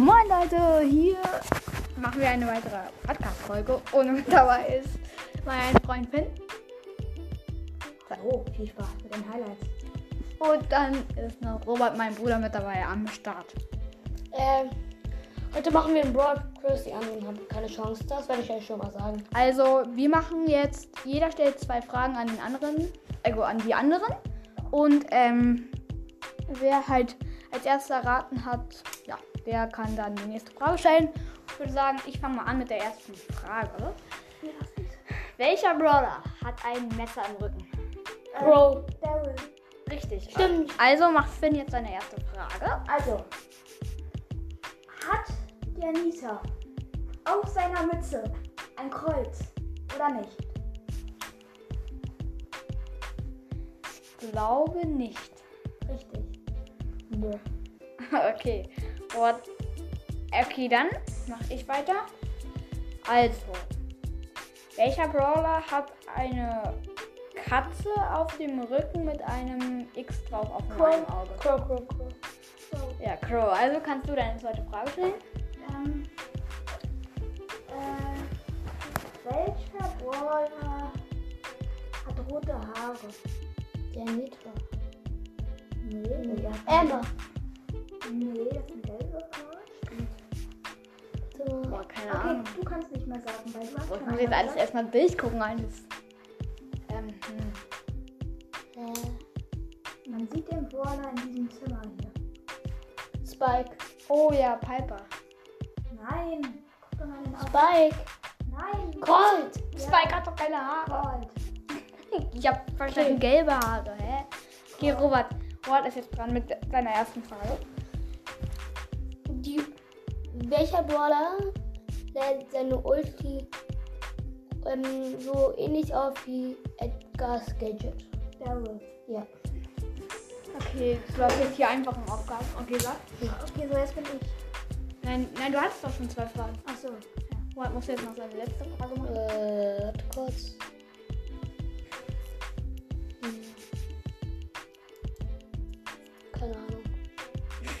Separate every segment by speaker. Speaker 1: Leute, hier machen wir eine weitere Podcast-Folge. Und dabei ist mein Freund Finn.
Speaker 2: oh,
Speaker 3: Hallo, viel Spaß mit den Highlights.
Speaker 1: Und dann ist noch Robert, mein Bruder, mit dabei am Start.
Speaker 3: Ähm, heute machen wir einen Broadcast. Die anderen haben keine Chance. Das werde ich euch schon mal sagen.
Speaker 1: Also, wir machen jetzt, jeder stellt zwei Fragen an den anderen, also an die anderen. Und ähm, wer halt als erster erraten hat, ja, der kann dann die nächste Frage stellen. Ich würde sagen, ich fange mal an mit der ersten Frage. Welcher Brawler hat ein Messer im Rücken?
Speaker 3: Bro,
Speaker 2: Daryl.
Speaker 1: Richtig.
Speaker 3: Stimmt.
Speaker 1: Also macht Finn jetzt seine erste Frage.
Speaker 2: Also, hat der Nita auf seiner Mütze ein Kreuz oder nicht?
Speaker 1: Glaube nicht.
Speaker 2: Richtig.
Speaker 1: Okay. What? Okay, dann mache ich weiter. Also, welcher Brawler hat eine Katze auf dem Rücken mit einem X drauf auf dem einen Auge?
Speaker 3: Crow, Crow, Crow.
Speaker 1: Ja, Crow. Also kannst du deine zweite Frage stellen?
Speaker 2: Ähm, äh, welcher Brawler hat rote Haare?
Speaker 3: Der Nitro.
Speaker 2: Nee,
Speaker 3: Ja.
Speaker 2: Amber. Nee, das sind gelbe Haare.
Speaker 3: So.
Speaker 1: Boah, keine
Speaker 2: Okay,
Speaker 1: Ahnung.
Speaker 2: du kannst nicht mehr sagen, weil du hast
Speaker 1: Boah, ich
Speaker 2: keine
Speaker 1: muss jetzt alles
Speaker 2: Ahnung.
Speaker 1: erstmal ein Bild gucken. Alles. Ähm, hm.
Speaker 3: Äh,
Speaker 2: Man sieht den Brawler in diesem Zimmer hier.
Speaker 3: Spike.
Speaker 1: Oh ja, Piper.
Speaker 2: Nein, guck doch mal in den Augen.
Speaker 3: Spike.
Speaker 2: Nein,
Speaker 3: Colt.
Speaker 1: Spike hat doch keine Haare.
Speaker 2: Gold.
Speaker 1: Ich hab verstanden, gelbe Haare, hä? Okay, Robert. Robert ist jetzt dran mit seiner ersten Frage.
Speaker 3: Die, welcher Brawler lädt seine Ulti ähm, so ähnlich auf wie Edgar's Gadget?
Speaker 2: Daryl.
Speaker 3: Ja.
Speaker 1: Okay, du hast jetzt hier einfach einen Aufgaben. Okay, sag.
Speaker 2: Okay, so jetzt bin ich.
Speaker 1: Nein, nein, du hattest doch schon zwei Fragen.
Speaker 2: Achso.
Speaker 1: Robert muss jetzt noch seine letzte Frage machen.
Speaker 3: Äh, warte kurz. Hm. Keine Ahnung.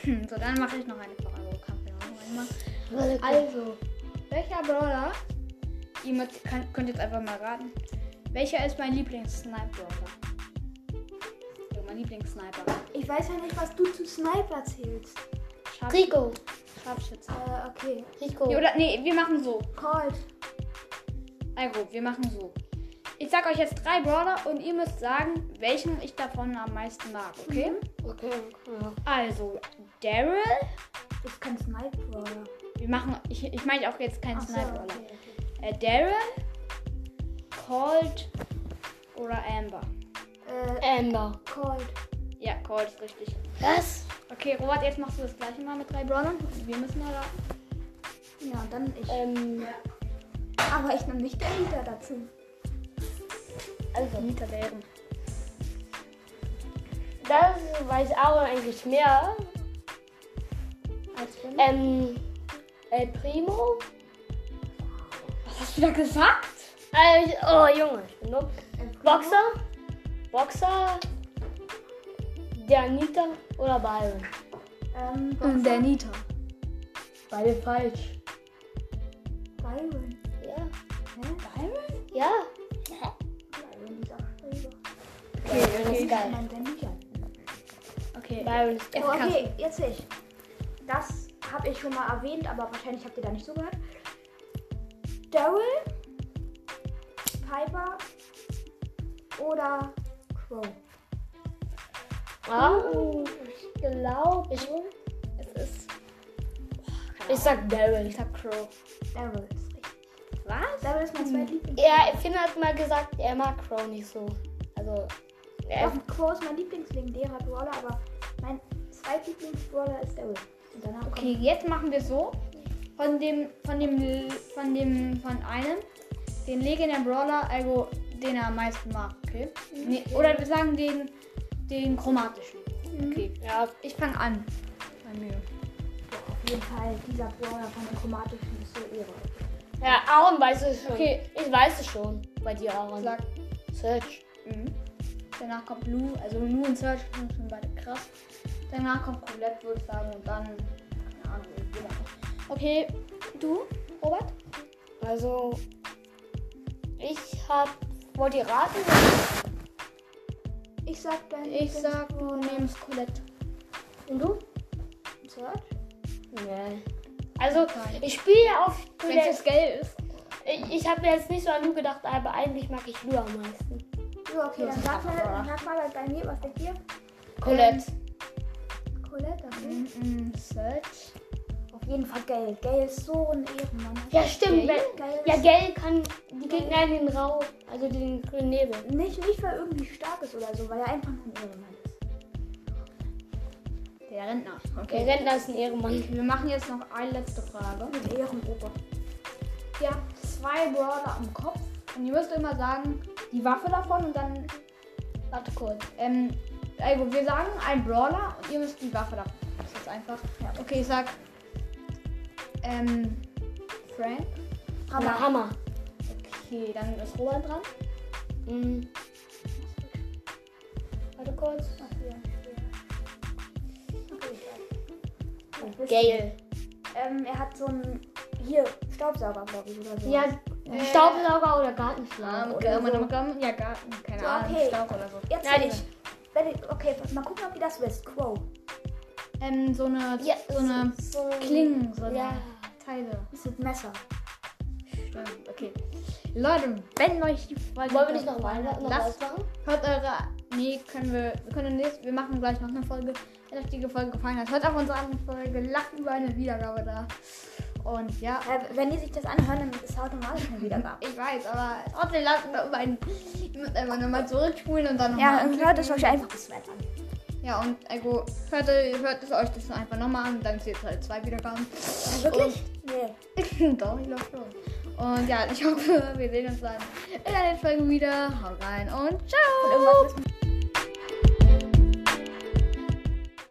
Speaker 1: Hm, so, dann mache ich noch eine Frage. Oh, kann ich noch eine machen.
Speaker 3: Warte kurz.
Speaker 1: Also, welcher Brawler? Ihr müsst, kann, könnt jetzt einfach mal raten. Welcher ist mein Lieblings-Sniper-Brawler? Also mein Lieblings-Sniper.
Speaker 2: Ich weiß ja nicht, was du zu Sniper zählst.
Speaker 1: Scharf-
Speaker 3: Rico.
Speaker 1: Scharfschütze.
Speaker 2: Äh, okay.
Speaker 3: Rico.
Speaker 1: Nee, oder, nee, wir machen so.
Speaker 2: Colt.
Speaker 1: Also, wir machen so. Ich sag euch jetzt drei Brawler und ihr müsst sagen, welchen ich davon am meisten mag, okay?
Speaker 3: Mhm. Okay. Ja.
Speaker 1: Also, Daryl.
Speaker 2: Ist kein Sniper, oder?
Speaker 1: Wir machen, ich, ich meine auch jetzt keinen
Speaker 2: Ach so,
Speaker 1: Sniper.
Speaker 2: okay,
Speaker 1: Äh, Daryl, Colt oder Amber.
Speaker 2: Äh,
Speaker 3: Amber.
Speaker 2: Colt.
Speaker 1: Ja, Colt ist richtig.
Speaker 3: Was?
Speaker 1: Okay, Robert, jetzt machst du das gleiche mal mit drei Brawlern. Wir müssen mal raten.
Speaker 2: Ja, und dann ich. Ah,
Speaker 3: Ähm,
Speaker 2: Aber ich nehme nicht der Liter dazu.
Speaker 3: also,
Speaker 1: Nita Bären.
Speaker 3: das weiß Aaron eigentlich mehr.
Speaker 2: Als Finn.
Speaker 3: Ähm, El Primo.
Speaker 1: Was hast du da gesagt?
Speaker 3: Äh, oh, Junge, ich bin dumm.
Speaker 2: El Primo.
Speaker 3: Äh, Boxer. Boxer. Der Anita oder Byron?
Speaker 2: Ähm,
Speaker 1: Und der Nita.
Speaker 3: Beide falsch.
Speaker 2: Byron.
Speaker 3: Ja.
Speaker 2: Hä? Byron?
Speaker 3: Ja.
Speaker 2: Byron ist auch Streber.
Speaker 1: Okay,
Speaker 3: Byron ist
Speaker 1: okay.
Speaker 2: Ich
Speaker 3: geil.
Speaker 2: mein, der Liter.
Speaker 1: Okay.
Speaker 3: Byron ist geil.
Speaker 2: Oh,
Speaker 1: kannst
Speaker 2: okay, jetzt ich. Das habe ich schon mal erwähnt, aber wahrscheinlich habt ihr da nicht so gehört. Daryl, Piper oder Crow.
Speaker 3: Ah,
Speaker 1: Ich glaube,
Speaker 3: ich,
Speaker 1: es ist.
Speaker 3: ich sag Daryl.
Speaker 1: Ich sag Crow.
Speaker 2: Daryl ist richtig.
Speaker 1: Was?
Speaker 2: Daryl ist mein
Speaker 3: Hm.
Speaker 2: Zweitlieblings.
Speaker 3: Ja, Finn hat mal gesagt, er mag Crow nicht so. Also,
Speaker 2: Doch,
Speaker 3: er,
Speaker 2: Crow ist mein Lieblingslegendärer Brawler, aber mein Zweitlieblings-Brawler ist Daryl. Und danach
Speaker 1: Okay, jetzt machen wir so. Von dem, von dem, von dem, von einem, den legendären Brawler, also den er am meisten mag, okay? Nee, oder wir sagen den, den chromatischen. Okay.
Speaker 3: ja,
Speaker 1: Ich fange an. Mhm. Bei mir.
Speaker 2: kommt auf jeden Fall dieser Brawler von den chromatischen ist so Ehre.
Speaker 3: ja, Aaron weiß es schon.
Speaker 1: Okay.
Speaker 3: Ich weiß es schon. Bei dir, Aaron.
Speaker 1: Sag,
Speaker 3: Search.
Speaker 1: mhm. Danach kommt Lou, also Lou und Search sind schon beide krass. Danach kommt Colette, würde ich sagen, und dann, keine Ahnung, irgendwie. Okay, du, Robert?
Speaker 3: Also, ich hab. Wollt ihr raten?
Speaker 2: Ich sag dann.
Speaker 1: Ich sag, du nimmst Colette.
Speaker 3: Und du?
Speaker 2: Search.
Speaker 3: Nee. Also, ich spiele ja auf.
Speaker 1: Wenn es jetzt gelb ist.
Speaker 3: Ich, ich habe jetzt nicht so an Lu gedacht, aber eigentlich mag ich Lu am meisten.
Speaker 2: Ja, okay, dann sag mal, dann sag mal bei mir, was denkt ihr?
Speaker 3: Colette.
Speaker 2: Colette, okay.
Speaker 1: Mhm, Search.
Speaker 2: Auf jeden Fall Gail. Gail ist so ein Ehrenmann.
Speaker 3: Ja, stimmt.
Speaker 2: Gail,
Speaker 3: Wenn,
Speaker 2: Gail
Speaker 3: ja,
Speaker 2: ist
Speaker 3: Gell kann die Gegner in den Rau, also den grünen Nebel.
Speaker 2: nicht, nicht, weil er irgendwie stark ist oder so, weil er einfach nur ein Ehrenmann ist.
Speaker 1: Der Rentner.
Speaker 3: Der
Speaker 1: Okay.
Speaker 3: Rentner ist ein Ehrenmann.
Speaker 1: Wir machen jetzt noch eine letzte Frage.
Speaker 2: Ein Ehrenopa.
Speaker 1: Ihr habt zwei Brawler am Kopf und ihr müsst immer sagen, die Waffe davon und dann,
Speaker 3: Warte kurz.
Speaker 1: ähm, also wir sagen ein Brawler und ihr müsst die Waffe davon. Das ist einfach.
Speaker 2: Ja.
Speaker 1: Okay, ich sag, ähm, Frank.
Speaker 3: Hammer.
Speaker 2: Hammer.
Speaker 3: Hammer.
Speaker 1: Okay, dann ist Robert dran.
Speaker 3: Mhm. Warte kurz.
Speaker 2: Okay, okay, ich weiß.
Speaker 3: Gale.
Speaker 2: Ähm, er hat so einen. Hier, Staubsauger, glaube ich, oder so.
Speaker 3: Ja, Ähm,
Speaker 1: Äh.
Speaker 3: Staubsauger oder Gartenschlauch. oder so.
Speaker 1: Ja, Garten, keine
Speaker 2: So,
Speaker 1: Ahnung,
Speaker 2: okay.
Speaker 1: Staub oder so.
Speaker 2: jetzt
Speaker 3: Nein,
Speaker 2: bin ich. Wenn ich. Okay, mal gucken, ob ihr das wisst. Crow.
Speaker 1: Ähm, so eine,
Speaker 3: Ja,
Speaker 1: so eine
Speaker 3: so-
Speaker 1: Klingen, so eine
Speaker 3: Ja.
Speaker 1: Teile.
Speaker 2: Das ist ein Messer.
Speaker 1: Stimmt, okay. Leute, wenn euch die Folge
Speaker 3: Wollen wir nicht noch mal
Speaker 1: gefallen hat,
Speaker 3: noch
Speaker 1: lasst-
Speaker 3: ausmachen?
Speaker 1: Hört eure. Nee, können wir. Wir können nicht. Wir machen gleich noch eine Folge. Wenn euch die Folge gefallen hat, hört auf unsere andere Folge. Lacht über eine Wiedergabe da. Und ja.
Speaker 2: Äh, wenn die sich das anhören, dann ist es automatisch eine Wiedergabe.
Speaker 1: Ich weiß, aber trotzdem lasst mir über einen. Ihr müsst einfach nochmal zurückspulen und dann
Speaker 2: ja,
Speaker 1: nochmal.
Speaker 2: und hört es euch einfach das Wert an.
Speaker 1: ja, und also hört, hört es euch das einfach nochmal an. Dann seht ihr halt zwei Wiedergaben.
Speaker 2: Wirklich? Nee.
Speaker 1: Doch, ich glaube schon. Und ja, ich hoffe, wir sehen uns dann in einer Folge wieder. Haut rein und ciao!
Speaker 2: Irgendwas müssen